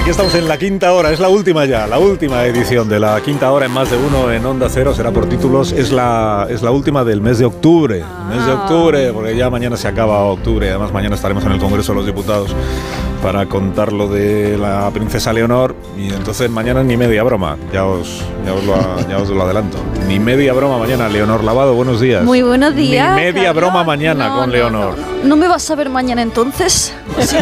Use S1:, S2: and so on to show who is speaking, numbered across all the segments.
S1: Aquí estamos en la quinta hora, es la última ya, la última edición de la quinta hora en más de uno en Onda Cero, será por títulos, es la, es la última del mes de octubre, el mes de
S2: Ah.
S1: octubre, porque ya mañana se acaba octubre, además mañana estaremos en el Congreso de los Diputados para contar lo de la princesa Leonor y entonces mañana ni media broma, ya os, ya os, lo, a- ya os lo adelanto, ni media broma mañana, Leonor Lavado, buenos días.
S2: Muy buenos días.
S1: Ni media
S2: Carlos.
S1: broma mañana
S2: No,
S1: con
S2: no,
S1: Leonor.
S2: no, no. ¿No me vas a ver mañana entonces? Sí.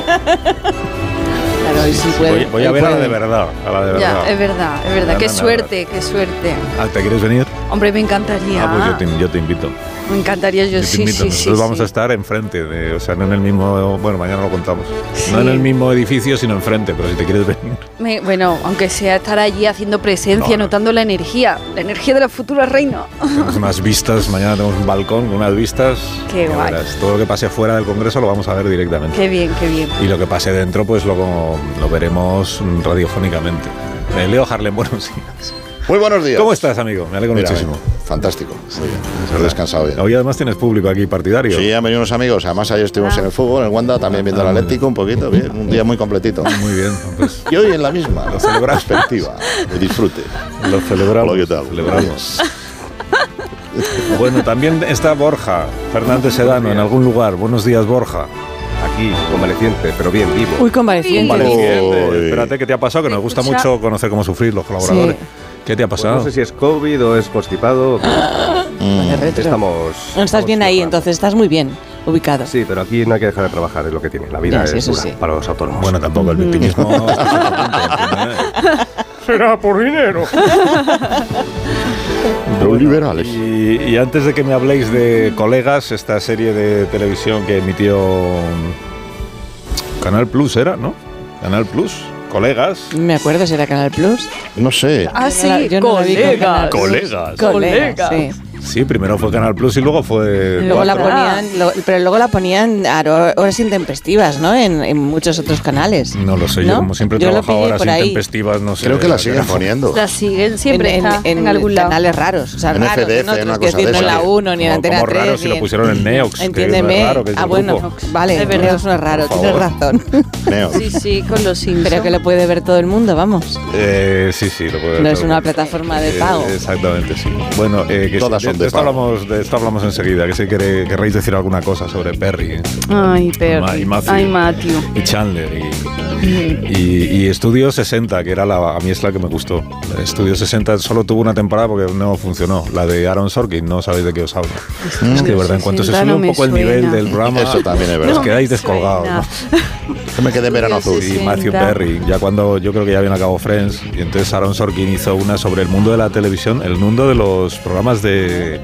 S3: Claro, hoy sí puede.
S1: Voy, voy a
S3: hoy
S1: ver a la
S3: puede.
S1: de verdad, a la de verdad.
S2: eh, ya, es verdad, es verdad.
S1: No,
S2: qué
S1: no, no,
S2: suerte, qué suerte.
S1: Ah, ¿Te quieres venir?
S2: Hombre, me encantaría.
S1: Ah, pues yo te- yo te invito.
S2: Me encantaría yo,
S1: Yo te
S2: sí,
S1: invito,
S2: sí, sí.
S1: nosotros vamos
S2: sí.
S1: a estar enfrente, de, o sea, no en el mismo, bueno, mañana lo contamos,
S2: Sí.
S1: no en el mismo edificio, sino enfrente, pero si te quieres venir.
S2: Me- bueno, aunque sea estar allí haciendo presencia,
S1: No, no.
S2: notando la energía, la energía de los futuros reinos.
S1: Tenemos unas vistas, mañana tenemos un balcón con unas vistas.
S2: Qué
S1: ya
S2: guay.
S1: verás, todo lo que pase fuera del Congreso lo vamos a ver directamente.
S2: Qué bien, qué bien.
S1: Y lo que pase dentro, pues lo, lo veremos mm, radiofónicamente. Eh, Leo Harlem, buenos días.
S4: Muy buenos días.
S1: ¿Cómo estás, amigo? Me alegro
S4: Mira,
S1: muchísimo.
S4: Fantástico. Muy bien. Has descansado bien.
S1: Hoy además tienes público aquí partidario.
S4: Sí, han venido unos amigos. Además, ayer estuvimos
S2: Ah.
S4: en el fútbol, en el Wanda, también viendo el
S1: Ah,
S4: Atlético un poquito. Bien, un día muy completito.
S1: Muy bien, pues
S4: Y hoy en la misma
S1: Lo celebramos.
S4: perspectiva. De disfrute.
S1: lo celebramos.
S4: Hola, ¿qué tal?
S1: Celebramos. Bueno, también está Borja Fernández Sedano en algún lugar. Buenos días, Borja.
S5: Aquí, convaleciente, pero bien vivo.
S3: Uy, convaleciente.
S2: Vale.
S4: Uy.
S1: Espérate, ¿qué te ha pasado? Que nos gusta
S2: Escucha.
S1: mucho conocer cómo sufrir los colaboradores.
S3: Sí.
S1: ¿Qué te ha
S5: Pues
S1: pasado?
S5: no sé si es COVID o es constipado.
S3: Vaya retro.
S5: Estamos.
S3: No estás
S5: estamos
S3: bien ahí,
S5: currando.
S3: entonces estás muy bien ubicado.
S5: Sí, pero aquí no hay que dejar de trabajar, es lo que tiene. La vida
S3: Ya, sí,
S5: es
S3: eso
S5: dura
S3: sí.
S5: para los autónomos.
S1: Bueno, tampoco el victimismo. ¿eh?
S5: será por dinero.
S4: Los liberales.
S1: y, y antes de que me habléis de colegas, esta serie de televisión que emitió mm, Canal Plus era, ¿no? Canal Plus, colegas.
S3: Me acuerdo si era Canal Plus.
S4: No sé.
S2: Ah,
S3: Yo no la-
S2: sí,
S3: yo no la vi con
S2: colegas.
S3: Canal Plus.
S1: Colegas.
S3: Colegas, sí.
S1: Sí, primero fue Canal Plus y luego fue.
S3: Luego la
S1: cuatro.
S2: Ah.
S3: ponían, lo- pero luego la ponían a hor- horas intempestivas, ¿no? En, en muchos otros canales.
S1: No lo sé, yo
S3: ¿No?
S1: como siempre he
S3: Yo lo
S1: trabajado
S3: pillé
S1: horas
S3: por ahí.
S1: intempestivas, no sé.
S4: Creo que la siguen poniendo.
S2: La siguen, siempre
S3: en, en-
S2: está en,
S3: en
S2: algún lado.
S3: canales raros. O sea,
S4: En
S3: raros,
S4: FDF,
S3: no
S4: una
S3: otros que
S4: cosa
S3: decir,
S4: de
S3: no en la
S4: esas.
S3: 1, ni en
S1: Como-
S3: Antena
S1: como
S3: 3.
S1: raro si
S3: ni
S1: lo
S3: en-
S1: pusieron en Neox, que es
S3: Entiéndeme.
S1: raro, que es
S3: ah,
S1: del
S3: bueno,
S1: grupo.
S3: vale,
S2: Es verdad.
S3: es raro,
S1: Por
S3: tienes
S1: favor.
S3: razón.
S4: Neo.
S2: Sí, sí, con los Simpsons.
S3: pero que lo puede ver todo el mundo, vamos.
S1: Eh, sí, sí, lo puedo Eh,
S3: No es una plataforma de pago.
S1: exactamente, sí. Bueno, eh, que
S4: Todas
S1: sí,
S4: son
S1: de,
S4: de
S1: esto
S4: pago.
S1: hablamos, de esto hablamos enseguida, que si quere- querréis decir alguna cosa sobre Perry eh,
S2: Ay,
S1: y
S2: Perry.
S1: Matthew.
S2: Ay, Matthew.
S1: y Chandler y, y, y Estudio 60, que era la, a mí es la que me gustó. Estudio 60 solo tuvo una temporada porque no funcionó. La de Aaron Sorkin, no sabéis de qué os hablo.
S2: Mm.
S1: Es que, de verdad, en cuanto se
S2: 60
S1: sube
S2: no
S1: un
S2: me
S1: poco el
S2: suena.
S1: nivel del programa,
S4: Eso también es verdad.
S1: os quedáis
S2: No me
S1: descolgados.
S2: suena.
S1: ¿no?
S4: Yo me quedé en verano
S2: Estudio
S4: azul.
S1: y
S2: Sí.
S1: Matthew
S2: 60.
S1: Perry, ya cuando yo creo que ya habían acabado Friends, y entonces Aaron Sorkin hizo una sobre el mundo de la televisión, el mundo de los programas de...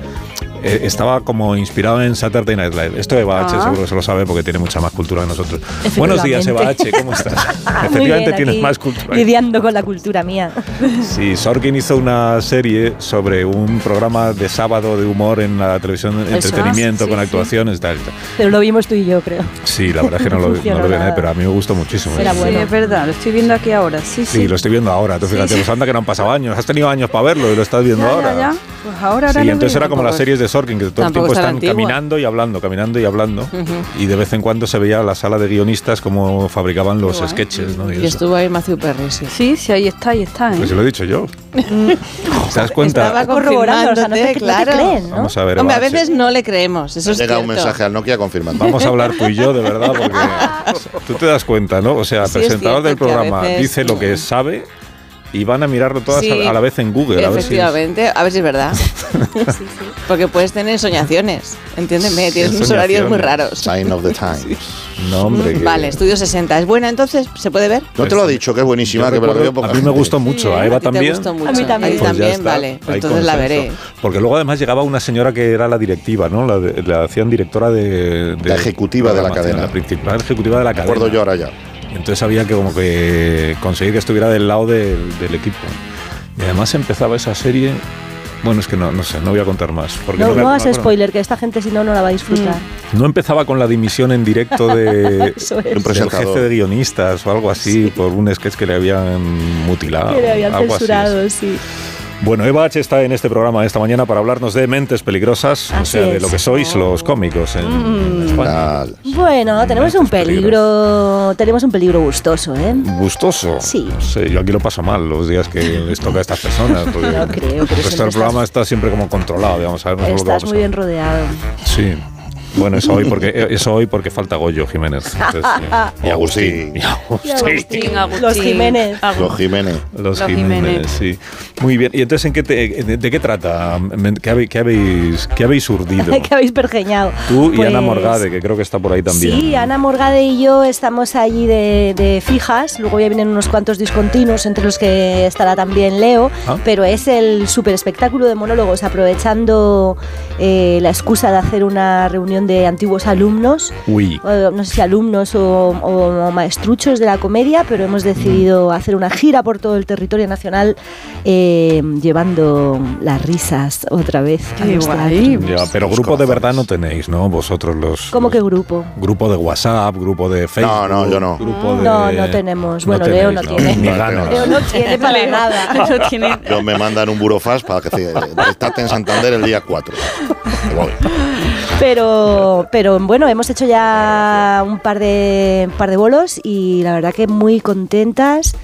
S1: eh, estaba como inspirado en Saturday Night Live. Esto Eva H
S2: Ah.
S1: seguro que se lo sabe porque tiene mucha más cultura que nosotros. Buenos días, Eva H, ¿cómo estás?
S6: Ah, Muy
S1: Efectivamente
S6: bien,
S1: tienes
S6: aquí
S1: más cultura.
S6: Lidiando con la cultura mía.
S1: Sí, Sorkin hizo una serie sobre un programa de sábado de humor en la televisión, entretenimiento,
S2: sí,
S1: con
S2: sí.
S1: actuaciones, tal, tal.
S6: Pero lo vimos tú y yo, creo.
S1: Sí, la verdad es que no lo, no
S6: Funcionó
S1: lo vi,
S6: nada.
S1: pero a mí me gustó muchísimo.
S6: Era
S1: Sí.
S6: bueno.
S2: Sí, es verdad, lo estoy viendo aquí ahora. Sí, sí.
S1: Sí, lo estoy viendo ahora. Tú fíjate, pues anda que no han pasado años. Has tenido años para verlo y lo estás viendo
S2: Ya,
S1: ahora.
S2: ya, ya. Pues ahora, ahora
S1: Sí,
S2: lo
S1: entonces
S2: veo.
S1: era como las
S3: Tampoco-
S1: series de Sorkin, que todo el
S3: tampoco
S1: tiempo
S3: es tan
S1: están
S3: antigua.
S1: caminando y hablando, caminando y hablando. Y de vez en cuando se veía la sala de guionistas cómo fabricaban los
S2: guay.
S1: sketches. ¿no? Y
S3: Y
S1: eso.
S3: estuvo ahí Matthew Perry, sí.
S2: Sí, sí, ahí está, ahí está. ¿eh?
S1: Pues se lo he dicho yo. ¿Te das
S3: Estaba
S1: cuenta?
S6: Corroborando, o sea, no
S3: confirmándote,
S6: te, no te
S3: claro.
S6: creen, ¿no?
S1: Vamos a ver.
S3: Hombre, a
S1: Eva,
S3: veces
S1: sí.
S3: no le creemos, eso es
S4: Llega
S3: cierto.
S4: un mensaje al Nokia confirmando.
S1: Vamos a hablar tú y yo, de verdad, porque tú te das cuenta, ¿no? O sea,
S3: Sí, es
S1: presentador del
S3: cierto que a
S1: programa
S3: veces-
S1: dice lo que sabe y van a mirarlo todas
S3: Sí.
S1: a la vez en Google. A ver si es-
S3: Efectivamente, a ver si es verdad. Porque puedes tener soñaciones, entiéndeme, tienes unos horarios muy raros.
S4: Sign of the Times.
S1: No, hombre. que-
S3: Mm, Vale, Estudio 60 es buena, entonces se puede ver.
S4: No te lo he dicho, que es buenísima,
S1: Yo
S4: que me lo
S1: recuerdo-
S4: veo poca
S1: a mí me
S4: gente.
S1: gustó mucho, a Eva
S3: ti te
S1: también.
S3: gustó mucho.
S6: A mí también.
S3: A ti
S1: Pues ya
S3: también,
S1: está,
S3: vale. Pues
S1: hay
S3: entonces la
S1: consenso.
S3: veré.
S1: Porque luego además llegaba una señora que era la directiva, ¿no? La, de- la hacían directora de, de
S4: La ejecutiva de la
S1: programación,
S4: cadena.
S1: La principal ejecutiva de la
S4: Me
S1: cadena.
S4: acuerdo yo ahora ya.
S1: Entonces había que como que conseguir que estuviera del lado del, del equipo. Y además empezaba esa serie Bueno, es que no, no sé, no voy a contar más. Porque
S6: No,
S1: me-
S6: no hagas
S1: me acuerdo. Mm.
S6: spoiler, que esta gente si no, no la va a disfrutar.
S1: No empezaba con la dimisión en directo de,
S6: Eso es.
S1: del
S4: presentador.
S1: jefe de guionistas o algo así por un sketch que le habían mutilado.
S6: que le habían
S1: algo así.
S6: censurado, sí.
S1: Bueno, Eva H está en este programa esta mañana para hablarnos de mentes peligrosas, o
S6: Así
S1: sea, de
S6: es. Oh. Mm.
S1: lo que sois los cómicos en, en España.
S4: Tal.
S6: Bueno, tenemos
S1: Estos
S6: un peligro, tenemos un peligro gustoso, ¿eh?
S1: Mm, Gustoso.
S6: Sí.
S1: No sé, yo aquí lo paso mal los días que les toca a estas personas. Porque
S6: No creo,
S1: el resto
S6: pero siempre
S1: del
S6: estás-
S1: programa está siempre como controlado, digamos, sabemos lo que va a
S6: Estás
S1: pasar.
S6: muy bien rodeado.
S1: Sí. Bueno, eso hoy porque eso hoy porque falta Goyo Jiménez. Entonces, sí.
S4: Y Agustín.
S1: Y Agustín.
S2: Agustín, Agustín.
S6: Los Jiménez.
S2: Agu-
S4: Los Jiménez.
S1: Los,
S2: Los
S1: Jiménez,
S2: Jiménez.
S1: sí. Muy bien. ¿Y entonces en qué te- de, de qué trata? ¿Qué habéis, qué habéis, qué habéis urdido?
S6: que habéis pergeñado.
S1: Tú y
S6: Pues-
S1: Ana Morgade, que creo que está por ahí también.
S6: Sí, Ana Morgade y yo estamos allí de, de fijas. Luego ya vienen unos cuantos discontinuos, entre los que estará también Leo.
S1: Ah.
S6: Pero es el super espectáculo de monólogos, aprovechando eh, la excusa de hacer una reunión de antiguos alumnos.
S1: Uy.
S6: eh, no sé si alumnos o, o maestruchos de la comedia, pero hemos decidido hacer una gira por todo el territorio nacional eh, llevando las risas otra vez. a
S2: Qué
S6: los
S2: guay.
S6: teatros.
S1: Ya, pero
S4: Los
S1: grupo de
S4: corazones.
S1: verdad no tenéis, ¿no? Vosotros los.
S6: ¿Cómo que
S1: los-
S6: grupo?
S1: Grupo de WhatsApp, grupo de Facebook.
S4: No, no, yo no.
S1: grupo de-
S6: Mm, No, no tenemos. Bueno, Leo no tiene.
S1: Ni
S4: No,
S1: ganas.
S6: Pero no tiene para nada.
S2: No tiene-
S4: Yo me mandan un burofax para que se, estate en Santander el día 4. Y voy.
S6: Pero, pero bueno, hemos hecho ya un par de, un par de bolos y la verdad que muy contentas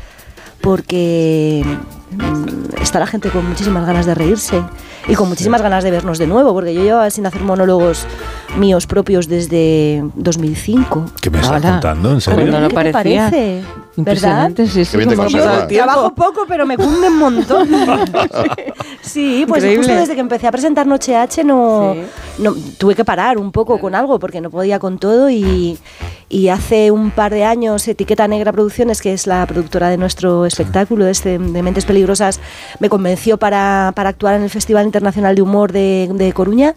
S6: porque mm, está la gente con muchísimas ganas de reírse y con muchísimas ganas de vernos de nuevo, porque yo llevaba sin hacer monólogos míos propios desde 2005.
S1: ¿Qué me estás
S3: Hola.
S1: contando? ¿En
S3: Pero
S1: serio?
S3: no lo
S6: ¿Qué te
S3: parecía.
S6: parece? ¿Verdad?
S3: Impresionante, sí, sí.
S4: bien te
S3: cómo ha
S4: conservas.
S3: pasado el tiempo.
S6: Pues Trabajo poco, pero me cunde un montón. sí, pues
S3: Increíble.
S6: justo desde que empecé a presentar Noche H no, no- tuve que parar un poco con algo porque no podía con todo y, y hace un par de años Etiqueta Negra Producciones, que es la productora de nuestro espectáculo este de Mentes Peligrosas, me convenció para, para actuar en el Festival Internacional de Humor de, de Coruña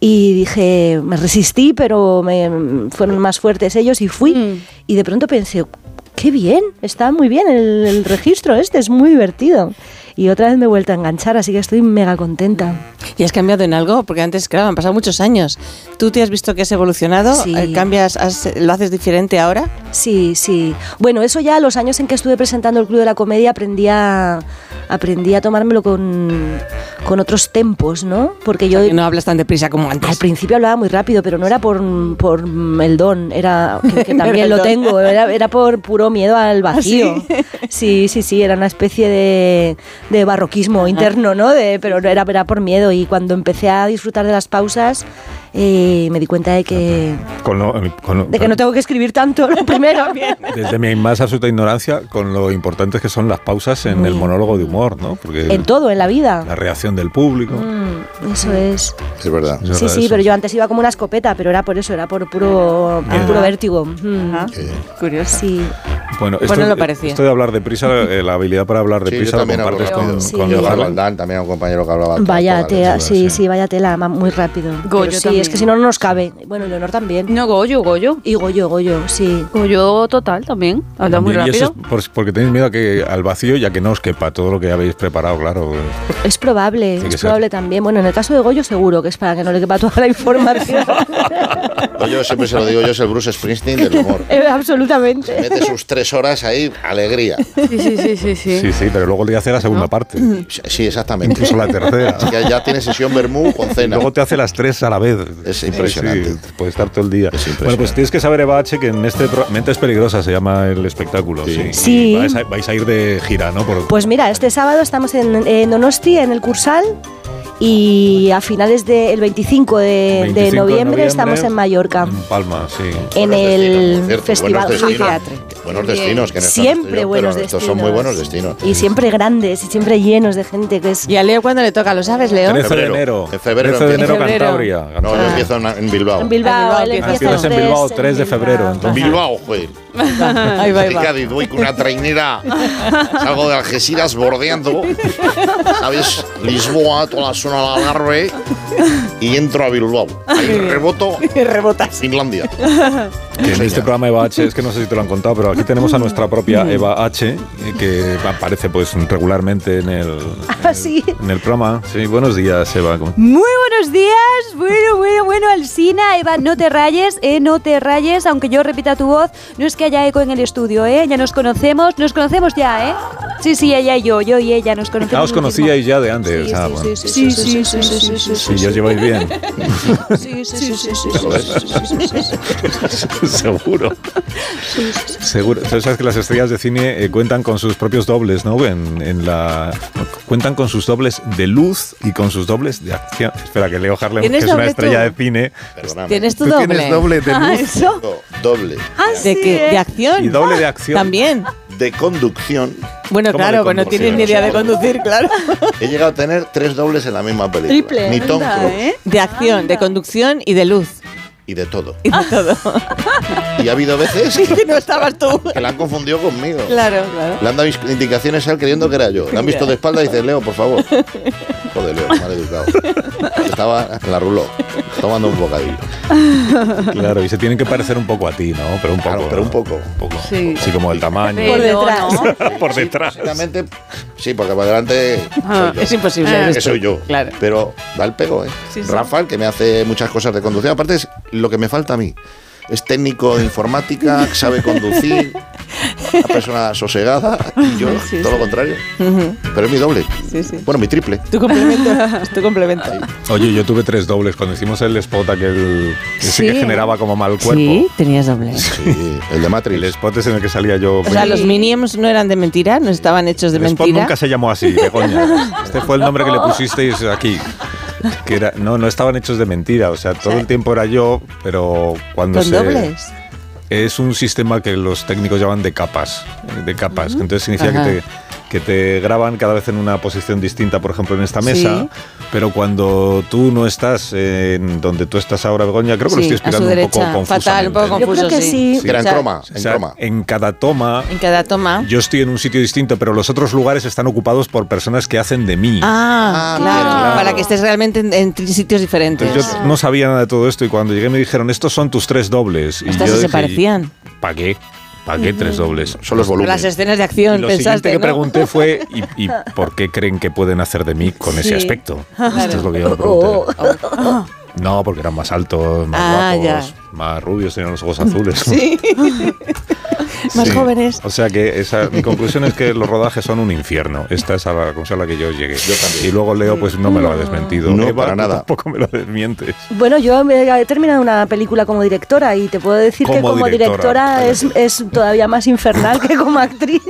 S6: y dije, me resistí, pero me, fueron más fuertes ellos y fui
S3: Mm.
S6: y de pronto pensé, Qué bien, está muy bien el, el registro este, es muy divertido. Y otra vez me he vuelto a enganchar, así que estoy mega contenta.
S3: ¿Y has cambiado en algo? Porque antes, claro, han pasado muchos años. ¿Tú te has visto que has evolucionado?
S6: Sí.
S3: Eh, ¿Cambias? has- ¿Lo haces diferente ahora?
S6: Sí, sí. Bueno, eso ya los años en que estuve presentando el Club de la Comedia aprendí a, aprendí a tomármelo con, con otros tempos, ¿no? Porque yo...
S3: Que no hablas tan deprisa como antes.
S6: Al principio hablaba muy rápido, pero no era por, por el don, era que, que también
S3: No
S6: lo
S3: era el don. ¿Ah,
S6: tengo, era, era por puro miedo al vacío. sí? sí, sí, era una especie de, de barroquismo interno, ¿no? De, pero no era, era por miedo y cuando empecé a disfrutar de las pausas eh, me di cuenta de que,
S1: Con lo- eh, con lo-
S6: de que no tengo que escribir tanto, lo primero.
S1: Desde mi más absoluta ignorancia, con lo importantes que son las pausas en el monólogo de humor, ¿no? Porque
S6: en todo, en la vida.
S1: la reacción del público.
S6: Mm, Eso es.
S4: Es verdad.
S1: es
S6: Sí,
S1: verdad
S6: sí,
S1: eso.
S6: pero yo antes iba como una escopeta, pero era por eso, era por puro, por puro vértigo. Mm,
S3: Ajá. Curioso.
S6: Sí.
S1: Bueno,
S3: Pues
S1: esto,
S3: no lo parecía.
S1: esto de hablar deprisa, eh, la habilidad para hablar
S4: Sí, yo
S1: deprisa la
S4: también hablo
S1: compartes
S4: rápido.
S1: con,
S6: Sí.
S1: con
S6: Yo
S1: Goyo.
S4: Gonzalo Aldán, también un compañero que hablaba.
S6: Vaya
S4: toda la
S6: tela,
S4: vida.
S6: sí, sí, vaya tela, ma- muy rápido.
S2: Goyo
S6: Pero sí,
S2: también.
S6: es que si no, no nos cabe. Bueno, y Leonor también.
S2: No, Goyo, Goyo.
S6: Y Goyo, Goyo, sí.
S2: Goyo total también. Habla muy
S1: Y- y eso
S2: rápido.
S1: es por- porque tenéis miedo a que, al vacío ya que no os quepa todo lo que habéis preparado, claro.
S6: Es probable,
S1: Tiene que
S6: es
S1: ser.
S6: probable también. Bueno, en el caso de Goyo seguro que es para que no le quepa toda la información.
S4: Yo siempre se lo digo, yo soy el Bruce Springsteen del humor.
S6: Eh, Absolutamente.
S4: Mete sus tres horas ahí, alegría.
S2: Sí, sí, sí, sí, sí.
S1: Sí, sí, pero luego te hace la segunda parte,
S4: Sí, exactamente.
S1: incluso la tercera.
S4: Así que ya tiene sesión Bermú con cena.
S1: Luego te hace las tres a la vez.
S4: Es impresionante.
S1: Sí, puede estar todo el día.
S4: impresionante.
S1: Bueno, pues tienes que saber, Eva H, que en este pro- Mentes Peligrosas se llama el espectáculo. Sí.
S4: Sí.
S1: Y
S6: Sí.
S1: Vais, a, vais a ir de gira, ¿no? Por-
S6: Pues mira, este sábado estamos en, en Donosti, en el Cursal. Y a finales del 25 de, de
S1: 25 de
S6: noviembre estamos en Mallorca.
S1: En Palma, sí.
S6: En
S4: Buenos destinos,
S6: el
S4: por cierto,
S6: Festival
S4: buenos destinos.
S6: Jaca.
S4: Buenos destinos. Que no son
S6: Siempre
S4: destinos,
S6: buenos
S4: pero
S6: destinos.
S4: Estos son muy buenos destinos.
S6: Y siempre grandes y siempre llenos de gente que es
S3: ¿Y a Leo cuándo le toca? ¿Lo sabes, Leo?
S1: 13 de
S4: febrero.
S1: enero.
S4: En febrero
S1: 13 de
S4: empieza.
S1: enero,
S3: En febrero.
S1: Cantabria.
S4: No, yo empiezo en, en Bilbao.
S6: Ah. En Bilbao,
S3: Ah,
S6: él
S3: Bilbao,
S6: empieza
S1: empieza
S6: el
S1: en Bilbao,
S6: 3
S1: 3 de febrero,
S6: Bilbao.
S1: entonces.
S4: Bilbao, joder.
S3: Ahí va, ahí
S4: Y
S3: va.
S4: Cádiz, voy con una trainera. Salgo de Algeciras bordeando, ¿sabes? Lisboa, toda la zona del Algarve. Y entro a Bilbao. Ahí reboto
S3: Rebotas.
S4: Finlandia.
S1: que en este programa Eva H, es que no sé si te lo han contado, pero aquí tenemos a nuestra
S3: Mm.
S1: propia Eva H, eh, que aparece pues regularmente en el, en
S6: Ah,
S1: el-
S6: sí.
S1: en el programa. Sí, buenos días, Eva. ¿Cómo- Ah,
S7: Muy buenos días, bueno, bueno, bueno, Alsina, Eva, no te rayes, eh, no te rayes, aunque yo repita tu voz, no es que haya eco en el estudio, eh, ya nos conocemos, nos conocemos ya, eh. Sí, sí, ella y yo, yo y ella nos conocemos.
S1: Ah, os
S7: muchísimo.
S1: conocíais ya de antes. ah, bueno.
S3: Sí, sí, sí, sí, sí, sí, sí,
S1: Sí, ya os lleváis bien.
S3: sí, sí, sí, sí, sí, sí, sí, sí.
S1: Seguro. Seguro. Tú sabes que las estrellas de cine eh, cuentan con sus propios dobles, ¿no? En, en la cuentan con sus dobles de luz y con sus dobles de acción. Espera que Leo Harlem, que
S3: ¿Tienes
S1: es una
S3: doble
S1: estrella
S3: tú?
S1: de cine,
S4: Perdóname.
S3: ¿Tienes tu
S1: tú tienes
S3: doble?
S1: doble de luz
S7: Ah, eso.
S4: Do- doble.
S2: Ah,
S3: ¿De qué?
S2: eh.
S3: ¿De acción?
S1: y doble de acción.
S3: También.
S4: De conducción
S3: Bueno,
S1: ¿Cómo
S3: claro,
S1: de
S3: pues no
S1: conducir?
S3: tienes ni idea de conducir, claro.
S4: he llegado a tener tres dobles en la misma película.
S2: Triple.
S4: Ni Tom
S2: anda,
S4: Cruise.
S2: ¿eh?
S3: De acción, de conducción y de luz.
S4: Y de todo.
S3: Y de todo.
S4: Y ha habido veces
S3: Que no estabas tú.
S4: que la han confundido conmigo.
S3: Claro, claro.
S4: Le han dado mis- indicaciones a él creyendo que era yo. Le han visto de espalda y dice, Leo, por favor. Joder, Leo, mal educado. Estaba en la ruló, tomando un bocadillo.
S1: Claro, y se tienen que parecer un poco a ti, ¿no? Pero un poco.
S4: Claro, pero un
S1: ¿no?
S4: poco.
S2: Sí.
S1: Así como el tamaño.
S2: Pero
S7: detrás.
S2: no.
S1: Por detrás.
S4: Sinceramente, sí, porque para adelante soy yo.
S3: Es imposible.
S2: Ah.
S3: eres
S4: Que
S3: tú.
S4: soy yo.
S3: Claro.
S4: Pero da el pego, ¿eh? Rafael, que me hace muchas cosas de conducción. Aparte, es lo que me falta a mí. Es técnico de informática, sabe conducir, una persona sosegada. Y yo, todo lo contrario. Pero es mi doble.
S3: Sí, sí.
S4: Bueno, mi triple.
S3: Tu complemento. es tu complemento.
S1: Oye, yo tuve tres dobles cuando hicimos el spot aquel ese que
S3: Sí.
S1: generaba como mal cuerpo.
S3: Sí, tenías doble.
S4: Sí, el de
S1: El
S4: Matrix.
S1: spot es en el que salía yo.
S3: O sea, los minions no eran de mentira, no estaban hechos de
S1: El spot
S3: mentira.
S1: nunca se llamó así, Begoña. Este fue el nombre que le pusisteis aquí. Que era, no, no estaban hechos de mentira. O sea, todo el tiempo era yo, pero cuando
S3: Con
S1: se.
S3: dobles.
S1: Es un sistema que los técnicos llaman de capas. eh, De capas. Entonces significa
S3: Ajá.
S1: que te, que te graban cada vez en una posición distinta, por ejemplo, en esta mesa.
S3: Sí.
S1: Pero cuando tú no estás en donde tú estás ahora, Begoña, creo que lo
S3: Sí,
S1: estoy
S3: a
S1: explicando
S3: su
S1: un poco
S3: derecha.
S1: confusamente.
S3: Fatal, un poco
S1: ¿no?
S6: Yo creo
S3: Confuso,
S6: que
S3: sí.
S6: sí.
S4: Que era en
S3: O sea,
S4: croma,
S1: O
S4: Ah, en
S1: sea,
S4: croma.
S1: en cada toma
S3: En cada toma.
S1: yo estoy en un sitio distinto, pero los otros lugares están ocupados por personas que hacen de mí.
S3: Ah,
S4: Ah,
S3: claro.
S4: claro.
S3: Para que estés realmente en, en tri- sitios diferentes.
S1: Entonces Pues yo no sabía nada de todo esto y cuando llegué me dijeron, estos son tus tres dobles. Y
S3: Hasta
S1: yo
S3: si se
S1: dije,
S3: parecían.
S1: ¿Para qué? ¿Para qué tres dobles?
S4: Son los
S3: Las
S4: volúmenes.
S3: escenas
S1: Y
S3: de acción,
S1: lo siguiente
S3: pensaste.
S1: que
S3: ¿no?
S1: pregunté fue, ¿y, y por qué creen que pueden hacer de mí con ese
S3: Sí.
S1: aspecto? Esto
S3: Claro. Oh.
S1: es lo que yo le pregunté. No, porque eran más altos, más
S3: Ah,
S1: guapos, más rubios, tenían los ojos azules.
S3: Sí. Más
S1: Sí.
S3: jóvenes.
S1: O sea que esa, mi conclusión es que los rodajes son un infierno. Esta es a la conclusión a la que yo llegué. Yo también. Y luego Leo, pues no me lo ha desmentido.
S4: No,
S1: Eva,
S4: para
S1: tú
S4: nada.
S1: Tampoco me lo desmientes.
S6: Bueno, yo me- he terminado una película como directora y te puedo decir que
S1: Como
S6: como
S1: directora,
S6: directora,
S1: vaya.
S6: es, es todavía más infernal que como actriz.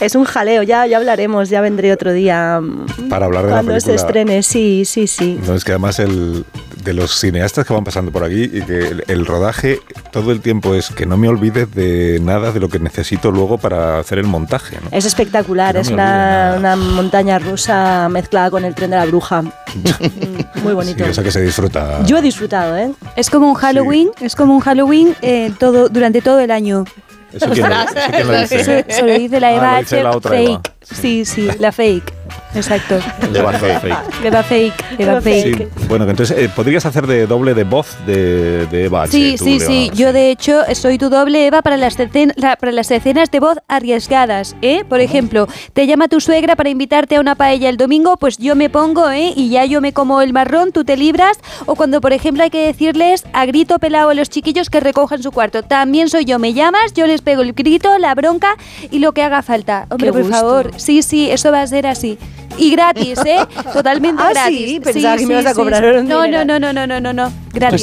S6: es un jaleo, ya, ya hablaremos, ya vendré otro día mm,
S1: Para hablar de la
S6: cuando se
S1: película.
S6: estrene, sí, sí, sí.
S1: No, es que además el, de los cineastas que van pasando por aquí y que el, el rodaje todo el tiempo es que no me olvides de nada de lo que necesito luego para hacer el montaje. ¿no?
S6: Es espectacular,
S1: Que no
S6: es
S1: me
S6: una,
S1: olvide nada.
S6: una montaña rusa mezclada con el tren de la bruja. Mm, Muy bonito.
S1: Sí, o sea que se disfruta.
S6: Yo he disfrutado, ¿eh?
S7: Es como un Halloween, es como un Halloween eh, todo, durante todo el año.
S1: Eso quién lo, eso quién lo
S7: Eso,
S1: dice.
S7: eso lo dice la
S1: Ah,
S7: Eva
S1: lo dice
S7: H,
S1: la otra
S7: fake.
S1: Eva.
S7: Sí, sí, la fake. Exacto.
S4: De Barcelona.
S1: Fake.
S7: Eva fake, Eva
S6: Eva
S7: fake.
S1: Sí, bueno, que entonces eh, podrías hacer de doble de voz de, de Eva. H,
S7: Sí,
S1: tú,
S7: sí,
S1: Leo?
S7: sí. Yo, de hecho, soy tu doble, Eva, para las, escen- la- para las escenas de voz arriesgadas. ¿eh? Por ejemplo, te llama tu suegra para invitarte a una paella el domingo, pues yo me pongo ¿eh? y ya yo me como el marrón, tú te libras. O cuando, por ejemplo, hay que decirles a grito pelado a los chiquillos que recojan su cuarto. También soy yo. Me llamas, yo les pego el grito, la bronca y lo que haga falta. Hombre,
S6: Qué
S7: por
S6: gusto.
S7: favor. Sí, sí, eso va a ser así. Y gratis, ¿eh? Totalmente
S6: Ah,
S7: gratis.
S6: sí, pensaba que me ibas a cobrar un
S7: No, no,
S6: dineral.
S7: no, no, no, no, no, no. Gratis.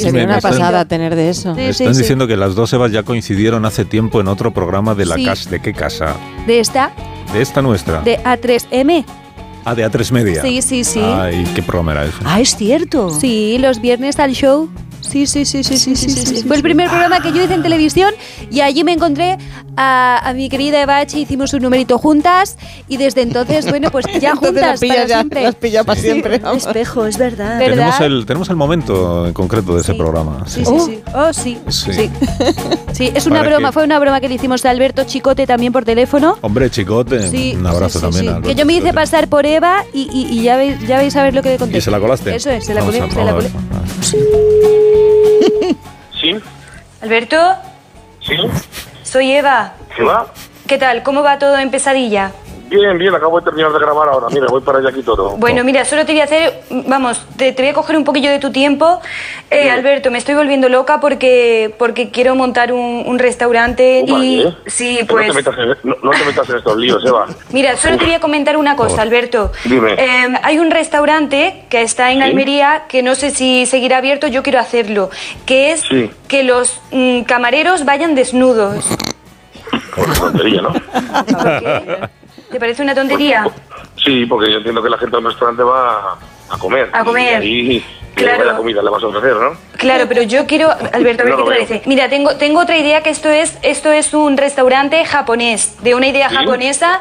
S3: Pues sería
S1: me- me
S3: una
S1: están-
S3: pasada tener de eso.
S7: Sí.
S1: Me están diciendo que las dos Evas ya coincidieron hace tiempo en otro programa de la
S7: Sí.
S1: casa. ¿De qué casa?
S7: De esta,
S1: De esta nuestra.
S7: de A3M.
S1: ah, de A3 Media.
S7: Sí, sí, sí.
S1: Ay, qué programa era eso.
S6: Ah, es cierto.
S7: Sí, los viernes al show. Sí, sí, sí, sí, sí, sí, sí, sí. Fue el primer programa que yo hice en televisión y allí me encontré a, a mi querida Evache, hicimos un numerito juntas y desde entonces, bueno, pues ya
S3: Entonces la
S7: juntas
S3: pillas
S7: para
S3: ya,
S7: siempre.
S3: las pillas para siempre. vamos.
S6: Espejo, es verdad.
S7: Pero-
S1: Tenemos
S7: ¿Verdad?
S1: el, tenemos el momento en concreto de ese
S7: Sí.
S1: programa.
S7: Sí, sí, sí. Oh, sí.
S1: Sí.
S7: Sí. Sí, es una
S1: Para
S7: broma,
S1: que-
S7: fue una broma que le hicimos a Alberto Chicote también por teléfono.
S1: Hombre, chicote,
S7: Sí,
S1: un abrazo
S7: sí, sí,
S1: también.
S7: sí.
S1: a Alberto
S7: Que yo me hice
S1: Chicote.
S7: pasar por Eva y, y- y ya, veis, ya veis a ver lo que le conté.
S1: ¿Y se la colaste?
S7: Eso es, se la
S1: Vamos
S7: colé.
S1: a-
S7: se la
S1: vamos a
S7: colé.
S1: ver.
S8: Sí,
S7: Alberto,
S8: sí.
S7: soy Eva.
S8: ¿Se va?
S7: ¿Qué tal? ¿Cómo va todo en pesadilla?
S8: Bien, bien, acabo de terminar de grabar ahora. Mira, voy para allá aquí todo.
S7: Bueno, mira, solo te voy a hacer, vamos, te, te voy a coger un poquillo de tu tiempo. Eh, Alberto, me estoy volviendo loca porque, porque quiero montar un, un restaurante
S8: Upa,
S7: y...
S8: ¿eh?
S7: Sí,
S8: Que
S7: pues...
S8: No te, metas en, e- no, no te metas en estos líos, Eva.
S7: Mira, solo te voy a comentar una cosa, Alberto.
S8: Dime.
S7: Eh, hay un restaurante que está en
S8: Sí.
S7: Almería que no sé si seguirá abierto, yo quiero hacerlo, que es
S8: Sí.
S7: que los mm, camareros vayan desnudos.
S8: Por tontería, ¿no?
S7: ¿Por qué? ¿Te parece una tontería?
S8: Sí, porque yo entiendo que la gente al restaurante va a comer.
S7: A comer.
S8: Y, ahí,
S7: Claro.
S8: claro. la comida le vas a ofrecer, ¿no?
S7: Claro, pero yo quiero, Alberto, a ver
S8: No lo
S7: qué te
S8: veo.
S7: parece. Mira, tengo, tengo otra idea que esto es, esto es un restaurante japonés, de una idea
S8: Sí.
S7: japonesa,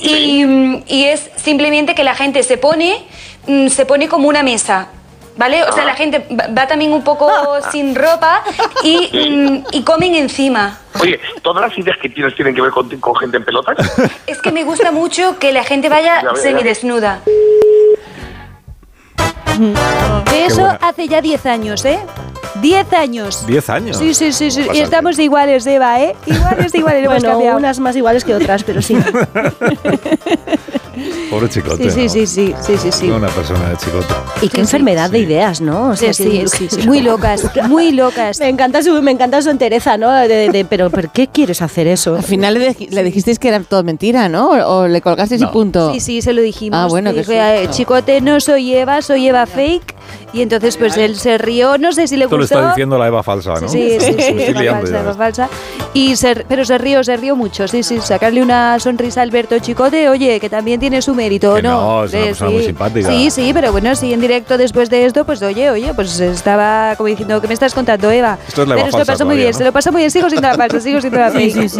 S7: y,
S8: Sí.
S7: mm, y es simplemente que la gente se pone, mm, se pone como una mesa. ¿Vale? O sea,
S8: Ah.
S7: la gente va, va también un poco sin ropa y,
S8: Sí.
S7: mm, y comen encima.
S8: Oye, ¿todas las ideas que tienes tienen que ver con, con gente en pelotas?
S7: Es que me gusta mucho que la gente vaya
S8: Ya veo, ya.
S7: semidesnuda.
S1: Qué
S9: De eso
S1: buena.
S9: hace ya 10 años, ¿eh? 10 años.
S1: 10 años.
S9: Sí, sí, sí, sí.
S4: Bastante.
S9: Y estamos iguales, Eva, ¿eh? Iguales, iguales. no hemos
S6: Bueno,
S9: cambiado.
S6: unas más iguales que otras, pero sí.
S1: Pobre chicote.
S9: Sí, sí, sí,
S1: ¿no?
S9: sí, sí, sí, sí.
S1: No una persona de chicota.
S6: Y qué enfermedad de ideas, ¿no? O
S9: Sí,
S6: sea,
S9: sí,
S6: que-
S9: sí, sí. Muy locas, muy locas.
S6: Me encanta su, me encanta su entereza, ¿no? De- de- de, pero ¿por qué quieres hacer eso?
S3: Al final le, dij- le dijisteis que era todo mentira, ¿no? O, o le colgasteis
S1: No.
S3: y punto.
S9: Sí, sí, se lo dijimos.
S3: Ah, bueno,
S9: Le
S3: qué
S9: dije, "Eh,
S3: susto".
S9: Chicote, no soy Eva, soy Eva fake. Y entonces, pues él se rió, no sé si le
S1: Esto lo
S9: gustó.
S1: está diciendo la Eva falsa, ¿no?
S9: Sí, sí, sí,
S1: Me estoy
S9: Eva
S1: liando
S9: falsa,
S1: ya.
S9: Eva falsa. Y se- pero se rió, se rió mucho, sí, sí, sacarle una sonrisa a Alberto Chicote, oye, que también tiene su mérito,
S1: Que
S9: ¿no?
S1: no, es una
S9: Sí,
S1: persona
S9: sí.
S1: muy simpática.
S9: Sí, sí, pero bueno, sí, en directo después de esto, pues oye, oye, pues estaba como diciendo, ¿qué me estás contando, Eva?
S1: Esto es la Eva
S9: pero se lo
S1: falsa
S9: pasó muy
S1: todavía,
S9: bien,
S1: ¿no?
S9: se lo pasó muy bien, sigo siendo la falsa, sigo siendo la fake.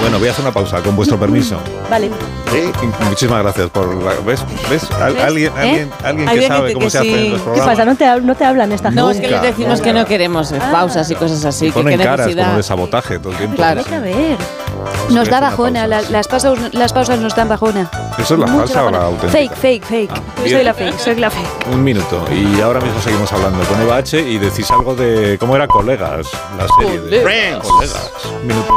S1: Bueno, voy a hacer una pausa, con vuestro permiso.
S6: Vale.
S4: Sí.
S1: Y Muchísimas gracias por la... ¿Ves? ¿Ves? Al-
S3: ¿Ves?
S1: alguien,
S3: ¿Eh?
S1: alguien, alguien que
S3: Alguien
S1: sabe
S3: que-
S1: cómo
S3: que
S1: se hacen
S3: sí.
S1: los
S3: ¿Qué
S6: ¿Qué
S1: programas.
S6: pasa? ¿No te, hab- no te hablan esta gente?
S3: No, es que les
S1: Nunca,
S3: decimos que no queremos eh, pausas y cosas así, que qué
S1: Ponen caras como de
S3: necesidad.
S1: sabotaje todo el tiempo.
S3: Claro.
S6: Vamos a ver.
S9: Nos da
S1: Una
S9: bajona,
S1: pausa,
S9: la-
S1: sí.
S9: las, pausas, las pausas nos dan bajona.
S1: ¿Eso es la
S9: Mucha
S1: falsa o la
S9: bajona.
S1: auténtica?
S9: Fake, fake, fake.
S1: Ah,
S9: Yo
S1: bien.
S9: soy la fake, soy la fake.
S1: Un minuto. Y ahora mismo seguimos hablando con Eva H. y decís algo de cómo era Colegas, la serie de
S4: Friends.
S1: Colegas. Un minuto.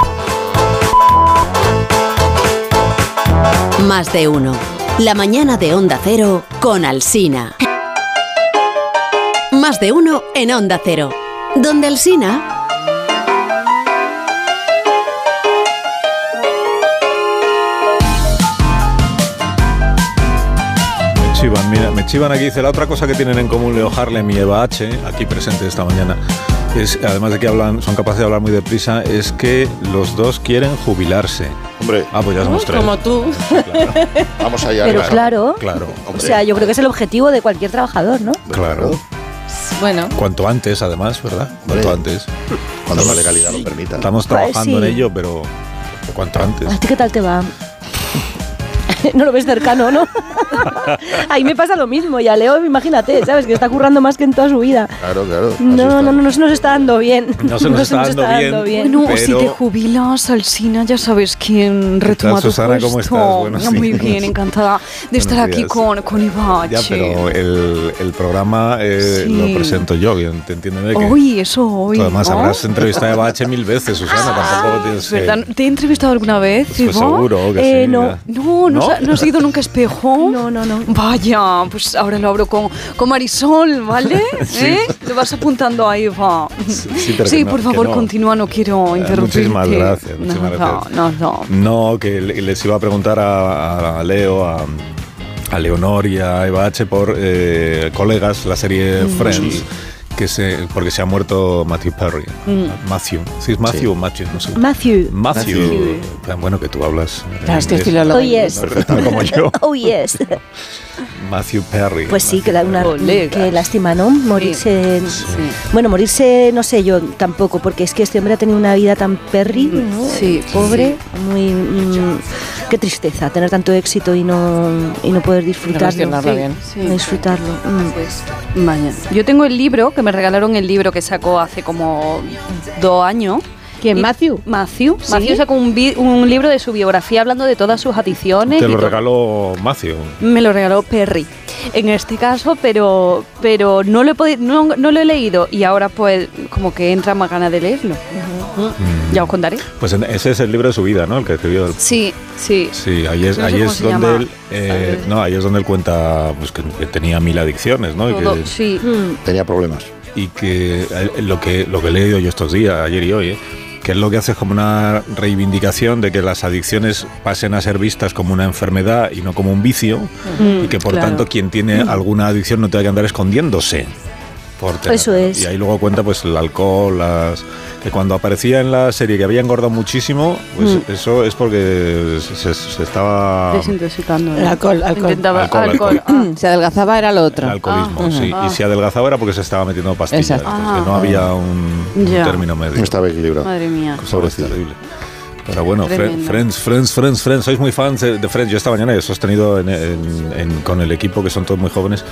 S10: Más de uno. La mañana de Onda Cero con Alsina. Más de uno en Onda Cero. Donde Alsina.
S1: Me chivan, mira, me chivan aquí. Dice la otra cosa que tienen en común Leo Harlem y Eva H., aquí presente esta mañana, es, además de que hablan, son capaces de hablar muy deprisa, es que los dos quieren jubilarse.
S4: Hombre,
S1: Ah, pues ya somos tres.
S3: Como tú.
S1: Claro,
S4: vamos allá.
S6: Pero
S4: Eva.
S6: claro,
S1: claro,
S6: o
S4: Hombre.
S6: sea, yo creo que es el objetivo de cualquier trabajador, ¿no?
S1: claro.
S3: Bueno,
S1: Cuanto antes, además, ¿verdad? Cuanto
S4: Hombre.
S1: antes.
S4: Cuando la legalidad lo permita.
S1: Estamos
S9: Pues
S1: trabajando
S6: sí.
S1: en ello, pero cuanto antes.
S6: ¿A ti qué tal te va? No lo ves cercano, ¿no? Ahí me pasa lo mismo. Y a Leo, imagínate, ¿sabes? Que está currando más que en toda su vida.
S4: Claro, claro. así
S6: No,
S4: está.
S6: no, no, no se nos está dando bien.
S1: No se nos está dando bien.
S2: Bueno, si
S1: Pero-
S2: te jubilas, Alsina, ya sabes quién retoma
S1: tal,
S2: tu
S1: Susana?
S2: puesto.
S1: ¿Cómo estás? Buenos
S2: Muy
S1: días.
S2: bien, encantada de
S1: Buenos
S2: estar aquí
S1: días.
S2: con, con Ibache.
S1: Ya, pero el, el programa eh,
S2: Sí.
S1: lo presento yo, bien, te entiéndeme que...
S2: Hoy, eso hoy,
S1: Tú además
S2: ¿no?
S1: habrás entrevistado a Eva H mil veces, Susana, tampoco tienes que-
S2: ¿Verdad? ¿Te he entrevistado alguna vez,
S1: eh. Pues
S2: Iba?
S1: seguro que
S6: Eh,
S1: sí.
S6: no.
S1: ya.
S2: No, no,
S1: ¿No?
S2: sa- no has ido nunca a espejo. No, no, no. Vaya, pues ahora lo abro con, con Marisol, ¿vale? ¿Eh? Te vas apuntando ahí, va.
S1: Sí, sí, pero que no,
S2: por
S1: que
S2: favor,
S1: no.
S2: continúa, no quiero
S1: Eh,
S2: interrumpirte.
S1: Muchísimas gracias, muchísimas
S2: no,
S1: gracias.
S2: No, no,
S1: No, que le- les iba a preguntar a, a Leo, a, a Leonor y a Eva H por eh, colegas, la serie Friends. Que se, porque se ha muerto Matthew Perry. Matthew. ¿Sí es Matthew o Matthew? No sé.
S6: Matthew.
S1: Matthew.
S4: Matthew.
S1: Tan bueno que tú hablas. eh,
S3: claro, es que es
S1: inglés.
S3: filólogo.
S6: Oh, yes.
S1: Perfecto, como yo.
S6: Oh, yes.
S1: Matthew Perry.
S6: Pues sí, que,
S1: Matthew
S6: la, una,
S1: Perry.
S2: Colegas.
S6: que lástima, ¿no? Morirse. Bueno, morirse, no sé yo tampoco, porque es que este hombre ha tenido una vida tan perry, ¿no?
S2: Sí,
S6: pobre, muy. mm, qué tristeza, tener tanto éxito y no, y no poder disfrutarlo.
S3: gestionarlo bien.
S6: No disfrutarlo. mm.
S2: Pues, mañana. Yo tengo el libro, que me regalaron el libro que sacó hace como dos años.
S3: ¿Quién,
S2: Y-
S3: Matthew?
S2: Matthew.
S3: ¿Sí?
S2: Matthew sacó un, vi- un libro de su biografía hablando de todas sus adicciones.
S1: Te
S2: y
S1: lo
S2: todo.
S1: regaló Matthew.
S2: Me lo regaló Perry. en este caso, pero, pero no, lo he podi- no, no lo he leído y ahora pues como que entra más ganas de leerlo. Ya os contaré.
S1: Pues en- ese es el libro de su vida, ¿no? El que escribió. el-
S2: Sí, sí.
S1: Sí, ahí es,
S2: No sé
S1: ahí
S2: cómo
S1: es
S2: se
S1: donde
S2: llama.
S1: él, eh, no, ahí es donde él cuenta pues, que, que tenía mil adicciones, ¿no? Y que-
S2: Todo, sí.
S4: Tenía problemas.
S1: y que eh, lo que lo que he leído yo estos días, ayer y hoy, ¿eh? que es lo que hace es como una reivindicación de que las adicciones pasen a ser vistas como una enfermedad y no como un vicio,
S3: Mm.
S1: y que por
S6: claro.
S1: tanto quien tiene alguna adicción no tenga que andar escondiéndose. por tener-
S6: Eso es.
S1: Y ahí luego cuenta pues el alcohol, las que cuando aparecía en la serie que había engordado muchísimo, pues eso es porque se, se estaba
S2: Desintoxicando.
S3: Mm. El alcohol, alcohol.
S2: Intentaba
S1: Ah. Alcohol,
S2: alcohol.
S1: alcohol.
S3: Se adelgazaba era lo otro.
S1: el alcoholismo,
S3: Ah,
S1: sí.
S2: ajá.
S1: Y si adelgazaba era porque se estaba metiendo pastillas,
S3: Exacto. Ah.
S1: entonces, que no había un, un
S2: Ya.
S1: término medio.
S4: No estaba
S2: Ah,
S4: equilibrado.
S2: Madre mía.
S1: Sobre terrible. Pero bueno, Fre-
S2: Tremendo.
S1: Friends, Friends, Friends, Friends, sois muy fans de, de Friends. Yo esta mañana he sostenido en- en- en- con el equipo, que son todos muy jóvenes,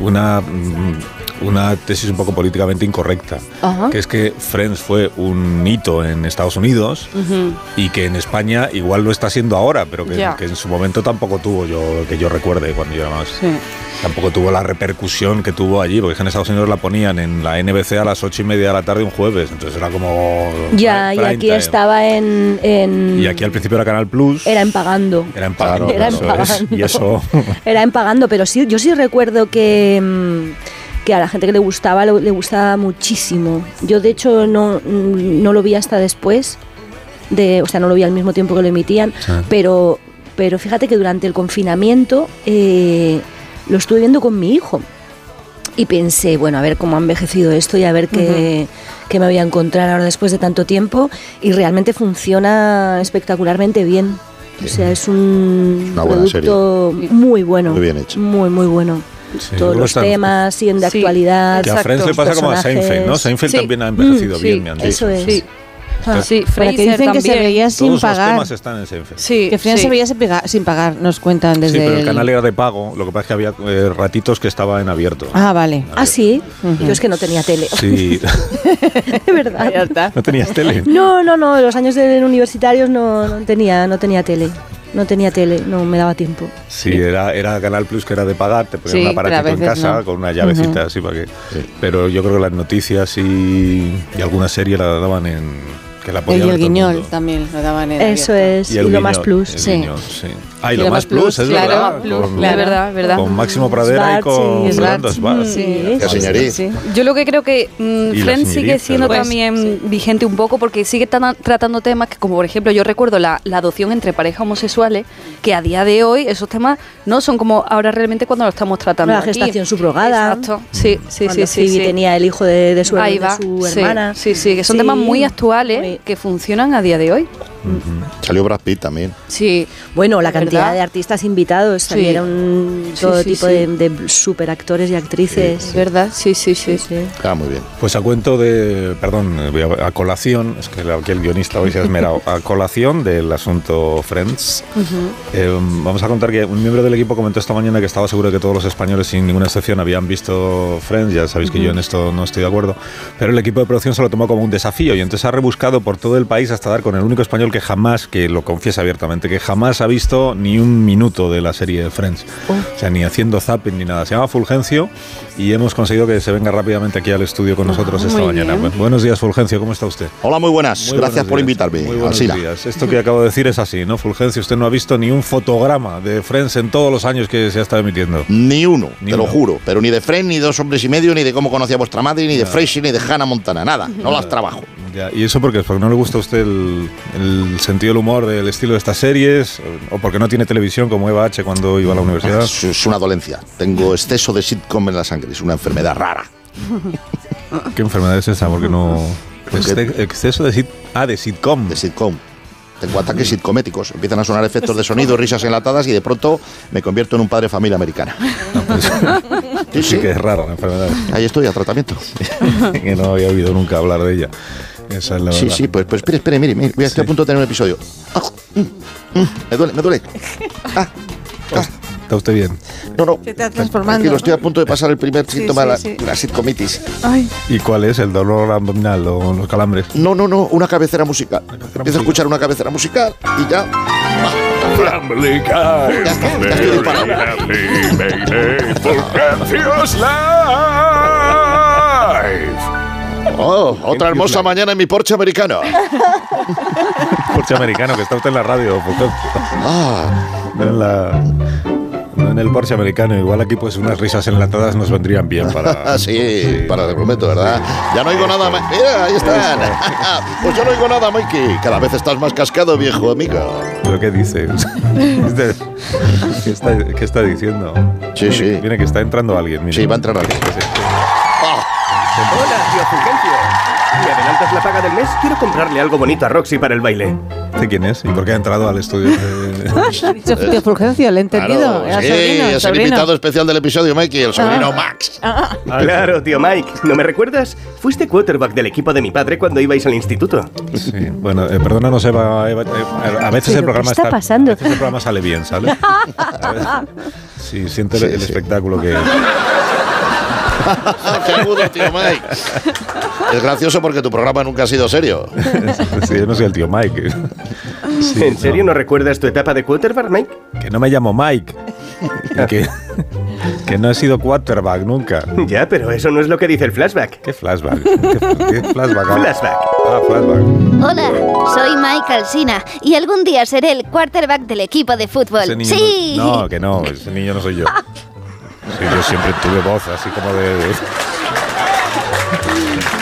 S1: una, mm, una tesis un poco políticamente incorrecta.
S3: Ajá.
S1: Que es que Friends fue un hito en Estados Unidos
S2: Ujú.
S1: y que en España igual lo está siendo ahora, pero que,
S2: Ya.
S1: que en su momento tampoco tuvo, yo que yo recuerde cuando yo era más.
S2: Sí.
S1: Tampoco tuvo la repercusión que tuvo allí, porque es que en Estados Unidos la ponían en la NBC a las ocho y media de la tarde un jueves, entonces era como...
S6: Ya,
S1: pri-
S6: y
S1: prime
S6: aquí
S1: time.
S6: estaba en, en-
S1: Y aquí al principio era Canal Plus.
S6: Era en pagando.
S1: era en pagano,
S6: Era en
S1: eso es,
S6: pagano.
S1: Y eso...
S6: Era en pagando, pero sí, yo sí recuerdo que, mm, que a la gente que le gustaba, lo- le gustaba muchísimo. Yo, de hecho, no, mm, no lo vi hasta después, de, o sea, no lo vi al mismo tiempo que lo emitían,
S1: Sí.
S6: pero, pero fíjate que durante el confinamiento eh, lo estuve viendo con mi hijo. Y pensé, bueno, a ver cómo ha envejecido esto y a ver qué, qué me voy a encontrar ahora después de tanto tiempo. Y realmente funciona espectacularmente bien. O sea, es un
S4: Una buena
S6: producto muy bueno.
S4: Muy bien hecho.
S6: Muy, muy bueno.
S1: Sí,
S6: Todos
S1: luego
S6: los
S1: están-
S6: temas siguen de
S2: Sí,
S6: actualidad. Ah,
S1: Que a Friends le
S6: los
S1: pasa como a
S6: personajes.
S1: Seinfeld, ¿no? Seinfeld
S2: Sí.
S1: también ha envejecido
S2: Mm,
S1: bien,
S2: sí,
S1: me han dicho.
S6: Eso es.
S2: Sí. Ah,
S1: Está-
S2: Sí,
S3: Para
S2: Fraser
S3: que dicen que
S2: también.
S3: se veía sin
S1: Todos los
S3: pagar.
S1: temas están en Seinfeld.
S2: Sí,
S3: Que Fran
S2: sí.
S3: se veía sin pagar- sin pagar, nos cuentan
S1: Sí,
S3: desde
S1: pero el canal era de pago, lo que pasa es que había eh, ratitos que estaba en abierto.
S3: Ah, vale.
S6: Ah, sí. Yo es que no tenía tele.
S1: Sí,
S6: De verdad.
S1: no tenías tele.
S6: No, no, no. Los años de universitarios no, no tenía, no tenía tele. No tenía tele, no me daba tiempo.
S1: Sí, era, era Canal Plus que era de pagar, te ponían
S3: Sí,
S1: un
S3: pero a
S1: aparatito en
S3: veces
S1: casa
S3: no.
S1: con una llavecita así para que. Pero yo creo que las noticias y, y alguna serie la daban en. que la podía
S3: Y
S1: ver
S3: el
S1: todo el
S3: guiñol
S1: mundo.
S3: también lo daban en
S6: Eso
S3: abierto.
S6: es. Y, lo
S1: guiñol,
S6: más plus.
S1: el
S3: sí.
S1: guiñol, sí. Ah, y lo, más plus, es
S3: claro,
S1: verdad.
S3: más plus,
S1: con,
S3: claro.
S2: Es verdad, es verdad.
S1: con Máximo Pradera y
S6: Schwartz,
S1: con
S6: sí.
S1: Fernando Schwartz.
S6: Sí.
S4: Ya, señorí.
S3: Sí.
S2: Yo lo que creo que mm,
S1: Y la
S2: Friends sigue
S1: señorita,
S2: siendo
S1: ¿no? Pues,
S2: también vigente un poco porque sigue tan- tratando temas que, como por ejemplo, yo recuerdo la, la adopción entre parejas homosexuales, que a día de hoy esos temas no son como ahora realmente cuando lo estamos tratando.
S6: La
S2: aquí.
S6: gestación subrogada.
S2: Exacto, sí, sí, sí.
S6: Cuando
S2: sí, sí.
S6: Phoebe tenía el hijo de, de su,
S2: Ahí
S6: de
S2: va,
S6: su
S2: sí,
S6: hermana.
S2: Sí, sí, que son temas muy actuales
S6: Muy-
S2: que funcionan a día de hoy.
S4: Salió Brad Pitt también.
S2: Sí.
S6: Bueno, la
S2: ¿Verdad?
S6: cantidad de artistas invitados, salieron
S2: Sí,
S6: todo
S2: sí,
S6: tipo
S2: sí.
S6: de, de superactores y actrices.
S2: Es verdad, sí, sí, sí.
S6: Sí.
S4: Estaba Ah, muy bien.
S1: Pues a cuento de, perdón, eh, voy a, a colación, es que la- aquí el guionista hoy se ha esmerado, a colación del asunto Friends, eh, vamos a contar que un miembro del equipo comentó esta mañana que estaba seguro de que todos los españoles, sin ninguna excepción, habían visto Friends, ya sabéis que yo en esto no estoy de acuerdo, pero el equipo de producción se lo tomó como un desafío y entonces ha rebuscado por todo el país hasta dar con el único español que jamás, que lo confiesa abiertamente, que jamás ha visto ni un minuto de la serie de Friends. O sea, ni haciendo zapping ni nada. Se llama Fulgencio y hemos conseguido que se venga rápidamente aquí al estudio con nosotros esta mañana. Bu- Buenos días, Fulgencio, ¿cómo está usted?
S4: Hola, muy buenas.
S1: Muy
S4: Gracias
S1: buenos
S4: por
S1: días.
S4: invitarme.
S1: Muy buenos
S4: Alsina.
S1: días. Esto que acabo de decir es así, ¿no, Fulgencio? Usted no ha visto ni un fotograma de Friends en todos los años que se ha estado emitiendo.
S4: Ni uno,
S1: Ni
S4: te lo
S1: uno.
S4: juro. Pero ni de Fren, ni de dos hombres y medio, ni de cómo conocía vuestra madre, ni de Frasier, ni de Hannah Montana. Nada, no las trabajo.
S1: Ya, ¿Y eso porque es? ¿Porque no le gusta a usted el, el sentido del humor, del estilo de estas series? ¿O porque no tiene televisión como Eva H. cuando iba a la universidad?
S4: Es, es una dolencia. Tengo exceso de sitcom en la sangre. Es una enfermedad rara.
S1: ¿Qué enfermedad es esa? Porque no...
S4: Porque-
S1: Este exceso de, sit ah, de sitcom.
S4: De sitcom. Tengo ataques sitcométicos. Empiezan a sonar efectos de sonido, risas enlatadas y de pronto me convierto en un padre de familia americana.
S1: No, pues- Sí
S4: Sí, sí.
S1: que es rara la enfermedad,
S4: Ahí estoy, a tratamiento.
S1: que no había oído nunca hablar de ella. Esa es la
S4: Sí,
S1: verdad.
S4: sí, pues, pues espere, espere, mire, mire, voy a estoy a punto de tener un episodio. Ah, mm, mm, me duele, me duele. Ah,
S1: ¿Está usted bien?
S4: no, no.
S3: Se está transformando.
S4: Tranquilo, estoy a punto de pasar el primer síntoma de
S3: sí,
S4: la, la sitcomitis.
S3: Ay,
S1: ¿Y cuál es? ¿El dolor abdominal o los calambres?
S4: No, no, no, una cabecera musical.
S1: cabecera
S4: Empiezo a escuchar una cabecera musical y ya. Ya está, ya estoy disparado.
S11: Friday porque Dios live.
S4: Oh, otra hermosa mañana en mi Porsche americano.
S1: Porche americano, que está usted en la radio. por tanto.
S4: Ah.
S1: No en, la- no en el Porsche americano. Igual aquí pues unas risas enlatadas nos vendrían bien para...
S4: Ah, sí, para el momento, ¿verdad? Ya no oigo nada más. Mira, ahí están. pues yo no oigo nada, Mikey. Cada vez estás más cascado, viejo amigo.
S1: ¿Pero qué dice? Este, ¿Qué está, qué está diciendo?
S4: Sí, sí.
S1: Viene que está entrando alguien. mire.
S4: Sí, va a entrar alguien.
S1: Sí, sí, sí.
S4: Ah,
S11: Hola, tío Fulgencio. ¿Me adelantas la paga del mes? Quiero comprarle algo bonito a Roxy para el baile.
S1: ¿Este quién es? ¿Y por qué ha entrado al estudio? de-
S3: Yo fui de Fulgencio, lo he entendido. Era
S4: sí,
S3: sobrino,
S4: es el
S3: sobrino. Ah.
S4: invitado especial del episodio, Mikey, el sobrino Max.
S11: Claro, tío Mike. ¿No me recuerdas? Fuiste quarterback del equipo de mi padre cuando ibais al instituto.
S1: Sí, bueno, eh, perdónanos, Eva. Eva, eh, a- a veces
S6: ¿Pero
S1: el programa
S6: qué está pasando?
S1: A veces el programa sale bien, ¿sale? A veces- Sí, siente el,
S4: Sí,
S1: el
S4: sí.
S1: espectáculo que.
S4: Ah, ¡Qué agudo, tío Mike! Es gracioso porque tu programa nunca ha sido serio.
S1: Sí, yo no soy el tío Mike. Sí,
S11: ¿En serio no recuerdas tu etapa de quarterback, Mike?
S1: no, que no me llamo Mike. Y que, que no he sido quarterback nunca.
S11: Ya, pero eso no es lo que dice el flashback.
S1: ¿Qué flashback? ¿Qué, qué flashback? Ah,
S11: Flashback.
S1: Ah, flashback.
S12: Hola, soy Mike Alsina y algún día seré el quarterback del equipo de
S1: Ese
S12: fútbol.
S1: niño
S12: Sí.
S1: No, no, que no, ese niño no soy yo. Sí, yo siempre tuve voz así como de. de-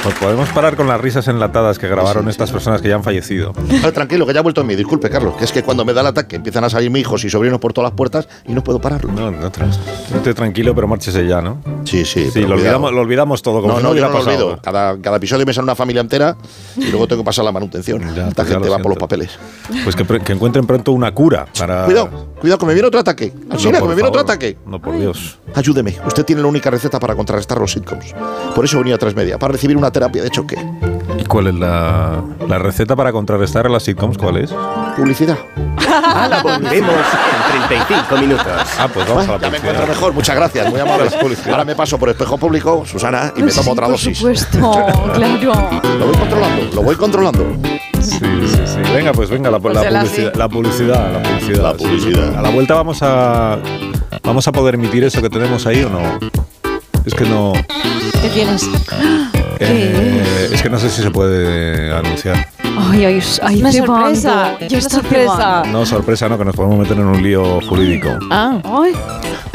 S1: Pues podemos parar con las risas enlatadas que grabaron estas personas que ya han fallecido.
S4: Ah, tranquilo, que ya ha vuelto a mí. Disculpe, Carlos, que es que cuando me da el ataque empiezan a salir mis hijos y sobrinos por todas las puertas y no puedo pararlo.
S1: No, no, tra- esté tranquilo, pero márchese ya, ¿no?
S4: Sí, sí.
S1: Sí,
S4: pero
S1: lo
S4: cuidado.
S1: olvidamos, lo olvidamos todo, como
S4: No,
S1: si
S4: no, yo
S1: hubiera
S4: no lo
S1: pasado.
S4: olvido. Cada, cada episodio me sale una familia entera y luego tengo que pasar la manutención.
S1: Ya,
S4: Esta
S1: pues ya
S4: gente
S1: lo
S4: va por los
S1: siento.
S4: papeles.
S1: Pues que, pre- que encuentren pronto una cura para...
S4: Cuidado, cuidado, que me viene otro ataque.
S1: No,
S4: Alsina, que
S1: por
S4: me viene otro
S1: favor.
S4: ataque.
S1: No, por Dios.
S4: Ayúdeme, usted tiene la única receta para contrarrestar los sitcoms. Por eso venía a Transmedia, para recibir una terapia de choque.
S1: ¿Y cuál es la, la receta para contrarrestar a las sitcoms? ¿Cuál es?
S4: Publicidad.
S11: Ahora volvemos en 35 minutos.
S1: Ah, pues vamos a la
S4: Ya me
S1: publicidad.
S4: encuentro mejor, muchas gracias. Muy amable. Ahora me paso por espejo público, Susana, y me tomo otra dosis.
S2: Por supuesto, claro.
S4: Lo voy controlando, lo voy controlando.
S1: Sí, sí, sí. Venga, pues venga, la, la
S3: será
S1: publicidad, la publicidad. La publicidad.
S4: La
S1: sí.
S4: publicidad.
S1: A la vuelta vamos a... ¿Vamos a poder emitir eso que tenemos ahí o no? Es que no...
S3: ¿Qué tienes?
S1: eh, es que no sé si se puede anunciar.
S2: Ay, ay, ay,
S3: Una
S2: qué
S3: sorpresa.
S2: bando.
S3: Yo
S2: Una
S3: sorpresa.
S1: No, sorpresa, no, que nos podemos meter en un lío jurídico.
S3: Ah,
S2: Ay,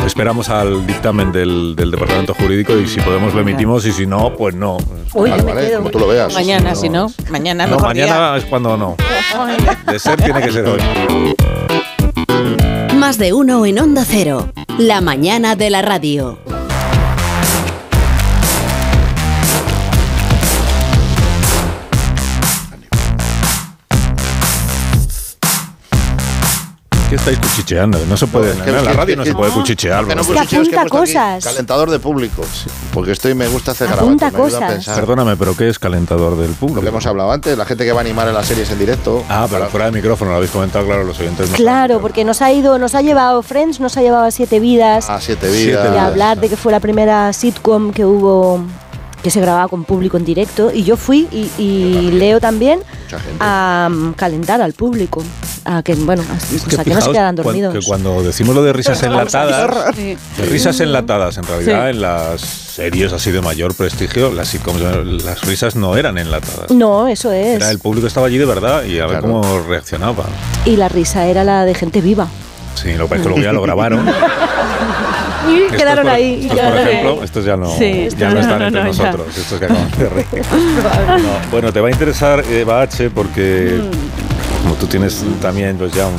S1: Esperamos al dictamen del, del departamento jurídico y si podemos lo emitimos y si no, pues no.
S6: Uy,
S4: Vale,
S6: yo me
S4: vale,
S6: quedo.
S4: como tú lo veas.
S3: mañana, si no. Mañana,
S1: No,
S3: mejor día.
S1: mañana es cuando no. De ser tiene que ser hoy.
S10: Más de uno en Onda Cero. La mañana de la radio.
S1: ¿Qué estáis cuchicheando? No se puede.
S4: Es que-
S1: en la
S4: es
S1: radio
S4: que-
S1: no se puede cuchichear.
S4: Que no
S1: vamos.
S6: Que
S4: cuchicheo, es que he
S6: apunta
S4: puesto aquí
S6: cosas.
S4: Calentador de público. Porque estoy, me gusta hacer garabatos.
S6: Apunta
S4: me ayuda a
S6: cosas.
S4: pensar.
S1: Perdóname, pero ¿qué es calentador del
S4: Lo que hemos
S1: público?
S4: hablado antes, la gente que va a animar en las series en directo.
S1: Ah, pero fuera de micrófono lo habéis comentado, claro, los oyentes. no
S6: Claro,
S1: saben.
S6: porque nos ha ido, nos ha llevado Friends, nos ha llevado a Siete Vidas.
S1: Ah,
S4: A siete
S1: Siete
S4: vidas.
S6: y
S1: vidas.
S6: hablar de que fue la primera sitcom que hubo que se grababa con público en directo y yo fui y, y Leo también
S4: Mucha gente.
S6: a mm, calentar al público a que bueno
S1: Ah,
S6: a, pues a que no se
S1: fijaos
S6: quedan
S1: cuan-
S6: dormidos
S1: que cuando decimos lo de risas enlatadas,
S2: sí.
S1: de risas enlatadas en realidad en las series así de mayor prestigio, las sitcoms, las risas no eran enlatadas.
S6: no eso es
S1: Era el público estaba allí de verdad y a ver
S4: Claro.
S1: cómo reaccionaba.
S6: y la risa era la de gente viva
S1: Sí, lo que pasa es que luego ya lo grabaron.
S6: y
S1: Estos,
S6: quedaron
S1: por-
S6: ahí
S1: Estos, por ejemplo, estos ya no, ya no, están entre nosotros. Estos que acaban de reír. No, bueno, te va a interesar, Eva H, porque como tú tienes también pues ya un...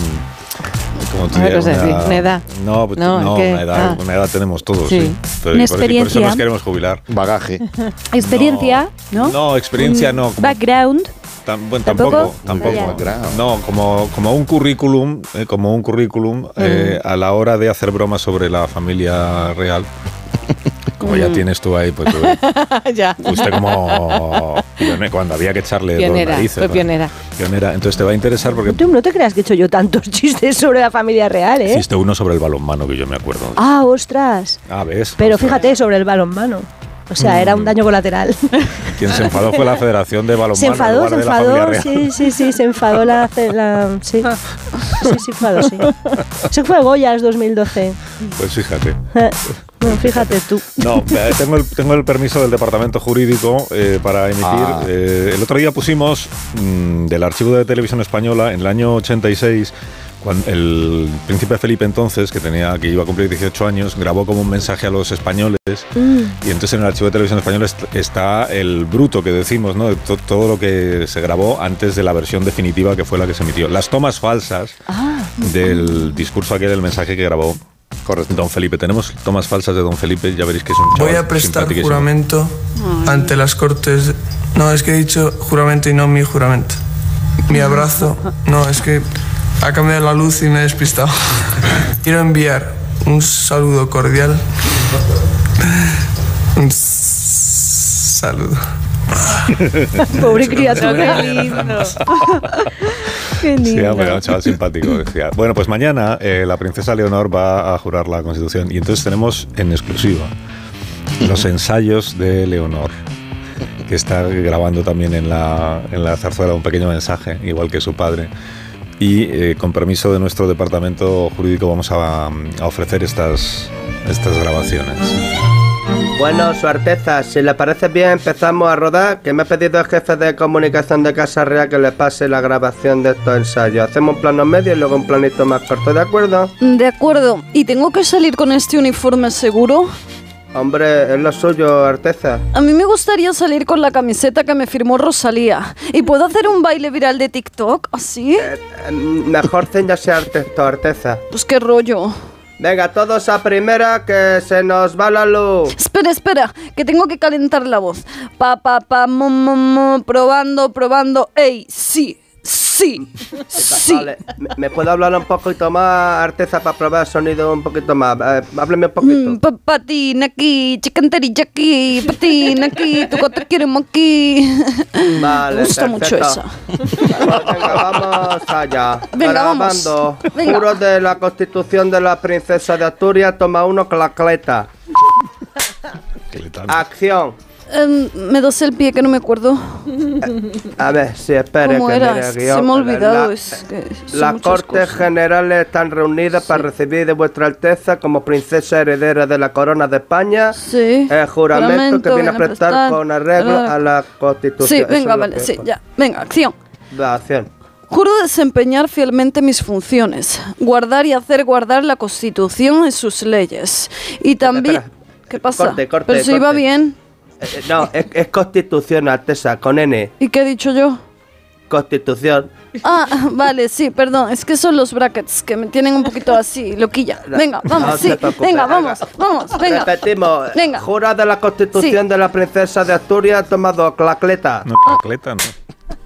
S1: Como tú
S3: A
S1: ya
S3: ver, ¿qué vas a decir? ¿Una edad?
S1: No, pues,
S3: No,
S1: no,
S3: es que-
S1: una, edad,
S3: ah.
S1: una edad tenemos todos.
S3: Sí.
S1: Sí. Pero-
S7: Una
S1: y por- y Por, eso
S7: experiencia.
S1: nos queremos jubilar.
S4: Bagaje.
S7: Experiencia, ¿no?
S1: No, experiencia no. como-
S7: Background.
S1: Tam- bueno,
S7: ¿Tampoco?
S1: tampoco,
S4: Ya.
S1: tampoco.
S4: Background.
S1: No, como, como un currículum, eh, como un currículum eh, a la hora de hacer bromas sobre la familia real. Como ya tienes tú ahí, pues eh,
S3: ya.
S1: usted como pionera, cuando había que echarle
S3: Pionera,
S1: dos narices.
S3: fue
S1: ¿no?
S3: pionera.
S1: Pionera. Entonces te va a interesar porque
S6: Tú no te creas que he hecho yo tantos chistes sobre la familia real eh
S1: hiciste uno sobre el balonmano que yo me acuerdo.
S6: ah ostras
S1: Ah, ves.
S6: pero
S1: O sea,
S6: fíjate sobre el balonmano o sea era un daño colateral
S1: Quien se enfadó fue la Federación de Balonmano.
S6: Se enfadó,
S1: en
S6: se
S1: Mm. lugar de la familia real.
S6: enfadó, sí, sí, sí, se enfadó la... la- sí. sí, se enfadó, sí. Eso fue Goyas 2012.
S1: Pues fíjate.
S6: Bueno, fíjate tú.
S1: No, eh, tengo el, tengo el permiso del departamento jurídico eh, para emitir.
S4: Ah.
S1: eh, el otro día pusimos mm, del archivo de televisión española en el año 86. Cuando el príncipe Felipe entonces, que tenía que iba a cumplir 18 años, grabó como un mensaje a los españoles y entonces en el archivo de televisión española est- está el bruto que decimos, ¿no? De to- todo lo que se grabó antes de la versión definitiva que fue la que se emitió. Las tomas falsas del discurso aquel, del mensaje que grabó Don Felipe. Tenemos tomas falsas de Don Felipe, ya veréis que es un chaval
S13: Voy a prestar
S1: simpaticísimo.
S13: juramento ante las cortes. de- No, es que he dicho juramento y no mi juramento. Mi abrazo. No, es que ha cambiado la luz y me he despistado. Quiero enviar un saludo cordial. Un s- saludo.
S6: Pobre criatura.
S1: Qué lindo. Sí,
S6: Qué lindo.
S1: hombre, era un chaval simpático. decía. Bueno, pues mañana eh, la princesa Leonor va a jurar la Constitución y entonces tenemos en exclusiva los ensayos de Leonor, que está grabando también en la, en la zarzuela un pequeño mensaje, igual que su padre. Y eh, con permiso de nuestro departamento jurídico vamos a, a ofrecer estas, estas grabaciones.
S14: Bueno, Su Alteza, si le parece bien empezamos a rodar, que me ha pedido el jefe de comunicación de Casa Real que le pase la grabación de estos ensayos. Hacemos un plano medio y luego un planito más corto, ¿de acuerdo?
S2: De acuerdo. ¿Y tengo que salir con este uniforme seguro?
S14: Hombre, es lo suyo, Arteza.
S2: A mí me gustaría salir con la camiseta que me firmó Rosalía. ¿Y puedo hacer un baile viral de TikTok ¿Ah, así?
S14: Mm, Mejor ceñase al texto, Arteza.
S2: Pues qué rollo.
S14: Venga, todos a primera que se nos va la luz.
S2: Espera, espera, que tengo que calentar la voz. Pa, pa, pa, mo, mo, mo, probando, probando. ¡Ey, sí, sí, sí!
S14: Vale, ¿me- ¿me puedo hablar un poquito más, Arteza, para probar el sonido un poquito más? Eh, hábleme un poquito.
S2: Mm, pa- patina aquí, chicanterilla aquí, patina aquí, tu te queremos aquí.
S14: Vale,
S2: Me gusta mucho
S14: perfecto.
S2: esa.
S14: Venga, vamos allá.
S2: Venga, vamos.
S14: Grabando.
S2: Venga.
S14: Juro de la Constitución de la Princesa de Asturias, toma uno clacleta. Acción.
S2: Em, me dos el pie que no me acuerdo.
S14: A ver, si espere
S2: ¿Cómo
S14: que
S2: era?
S14: mire el
S2: Se
S14: guión.
S2: me ha olvidado,
S14: La-
S2: es que son
S14: Las
S2: muchas
S14: Cortes
S2: cosas.
S14: Generales están reunidas para recibir de Vuestra Alteza como princesa heredera de la Corona de España el juramento,
S2: juramento,
S14: que viene a
S2: viene a
S14: prestar,
S2: prestar
S14: con arreglo
S2: a la-
S14: a la Constitución.
S2: Sí,
S14: Eso es
S2: venga,
S14: lo
S2: vale,
S14: que-
S2: sí, ya. Venga, acción.
S14: La acción.
S2: Juro desempeñar fielmente mis funciones, guardar y hacer guardar la Constitución y sus leyes. Y también... ¿Qué pasa?
S14: Corte, corte,
S2: Pero si iba
S14: corte.
S2: bien.
S14: Eh, No, es, es Constitución, Alteza, con N.
S2: ¿Y qué he dicho yo?
S14: Constitución.
S2: Ah, vale, sí, perdón, es que son los brackets que me tienen un poquito así, loquilla. Venga, vamos,
S14: No se
S2: sí,
S14: preocupe,
S2: venga,
S14: venga.
S2: vamos, vamos, venga.
S14: Repetimos.
S2: Venga.
S14: Jura de la Constitución de la Princesa de Asturias, tomado clacleta.
S1: No, Cacleta, no.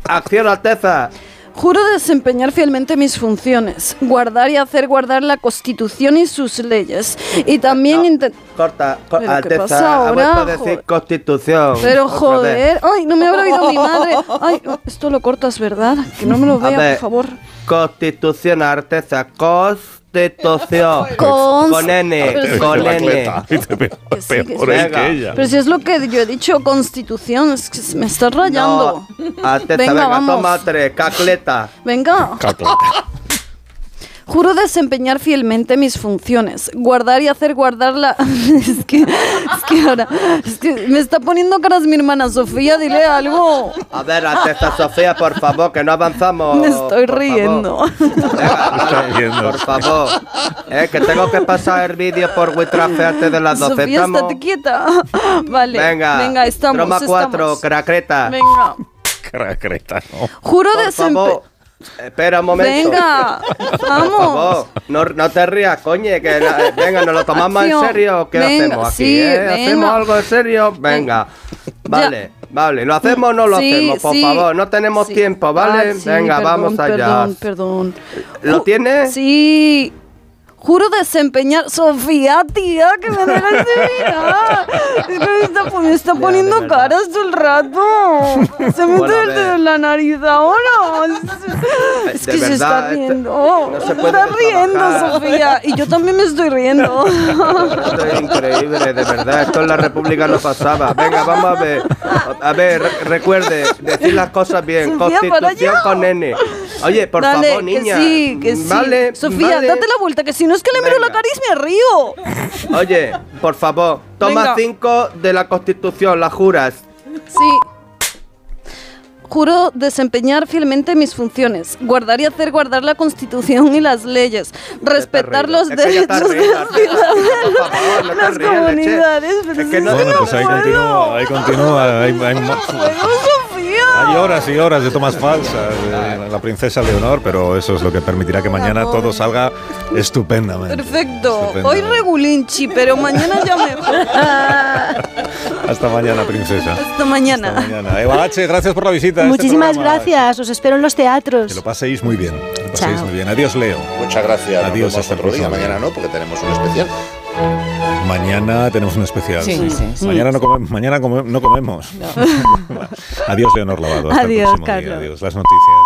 S14: Acción, Alteza.
S2: Juro desempeñar fielmente mis funciones, guardar y hacer guardar la Constitución y sus leyes. Y también inten-
S14: Corta, co-
S2: Pero, ¿qué
S14: Alteza.
S2: pasa
S14: ha vuelto
S2: ahora?
S14: a decir
S2: Joder.
S14: Constitución.
S2: Pero
S14: otra
S2: joder,
S14: vez.
S2: ay, no me habrá oído mi madre. Ay, esto lo cortas, ¿verdad? Que no me lo
S14: A
S2: vea,
S14: ver.
S2: por favor.
S14: Constitución, Arteza. Constitución.
S2: Cons-
S14: Con
S2: Pero
S14: N.
S2: sí.
S14: Con N.
S1: Cacleta. Peor
S14: Ah. sí.
S1: él que ella.
S2: Pero si es lo que yo he dicho, Constitución, es que me estás rayando.
S14: Alteza,
S2: Venga,
S14: venga,
S2: vamos.
S14: toma tres. Cacleta.
S2: Venga. Juro desempeñar fielmente mis funciones, guardar y hacer guardar la... es, que, es que ahora... Es que me está poniendo caras mi hermana Sofía, dile algo.
S14: A ver, Alteza Sofía, por favor, que no avanzamos.
S2: me estoy
S14: por favor.
S2: riendo.
S14: Por favor, eh, que tengo que pasar el vídeo por WeTrafe antes Este de las 12.
S2: Sofía,
S14: Estamos.
S2: estate quieta. Vale.
S14: Venga,
S2: venga estamos.
S14: Troma
S2: estamos.
S14: 4, cracreta.
S2: Venga.
S1: Cacleta, no.
S2: Juro
S14: Por
S2: desempeñar...
S14: favor, Espera un momento.
S2: Venga,
S14: Por
S2: vamos.
S14: favor, no, no te rías, coñe, que la- venga, nos lo tomamos
S2: Acción.
S14: en serio. ¿Qué
S2: Venga,
S14: hacemos aquí?
S2: sí,
S14: eh?
S2: venga.
S14: ¿Hacemos algo en serio? Venga. Vale, vale, ¿lo hacemos o no lo
S2: Sí,
S14: hacemos? Por
S2: sí.
S14: favor, no tenemos
S2: Sí.
S14: tiempo, ¿vale?
S2: Ah, sí,
S14: venga,
S2: perdón,
S14: vamos allá.
S2: Perdón, perdón.
S14: ¿Lo
S2: Ju-
S14: tienes?
S2: Sí. Juro desempeñar. Sofía, tía, que me de mirar. Es que me está, me está poniendo caras todo el rato. Se me
S14: Bueno, a
S2: duele
S14: ver.
S2: la nariz ahora. Es
S14: De
S2: que se está
S14: verdad, este-
S2: riendo.
S14: no se
S2: se
S14: puede
S2: está riendo,
S14: trabajar.
S2: Sofía. Y yo también me estoy riendo.
S14: Esto es increíble, de verdad. Esto en la República no pasaba. Venga, vamos a ver. A ver, re- recuerde, decir las cosas bien.
S2: Sofía, para
S14: Constitución
S2: allá.
S14: con N. Oye, por
S2: Dale,
S14: favor, niña.
S2: Que sí, que sí.
S14: Vale,
S2: Sofía,
S14: vale.
S2: date la vuelta, que si no es que le miro la cara y me río.
S14: Oye, por favor, toma
S2: Venga.
S14: cinco de la Constitución, las juras.
S2: Sí. Juro desempeñar fielmente mis funciones, guardar y hacer guardar la Constitución y las leyes, respetar los
S14: Es que ya está
S2: derechos de
S14: riendo,
S2: los ciudadanos,
S14: Por favor, no te
S2: las
S14: rías, leche.
S2: comunidades. Pero
S14: Es que
S2: sí,
S14: no-
S1: Bueno,
S14: no
S1: pues ahí
S14: puedo.
S1: continúa, ahí continúa. Hay, hay ma- hay horas y horas de tomas falsas de la princesa Leonor, pero eso es lo que permitirá que mañana todo salga estupendamente.
S2: Perfecto.
S1: Estupendo.
S2: Hoy regulinchi, pero mañana ya mejor.
S1: Hasta mañana, princesa.
S2: Hasta mañana.
S1: Hasta mañana. Eva H., gracias por la visita. a este
S6: Muchísimas
S1: programa.
S6: gracias, os espero en los
S1: Que
S6: teatros.
S1: lo paséis muy bien. Que lo paséis
S6: Chao.
S1: muy bien. Adiós, Leo.
S4: Muchas gracias. nos
S1: Adiós,
S4: vemos
S1: hasta el
S4: otro día.
S1: próximo día.
S4: Mañana no, porque tenemos un especial.
S1: Mañana tenemos un especial.
S3: Sí, sí, sí.
S1: Mañana, no, come- mañana come- no comemos. Adiós, Leonor Lavado. Hasta el
S2: Adiós,
S1: próximo día.
S2: Carlos.
S1: Adiós, las noticias.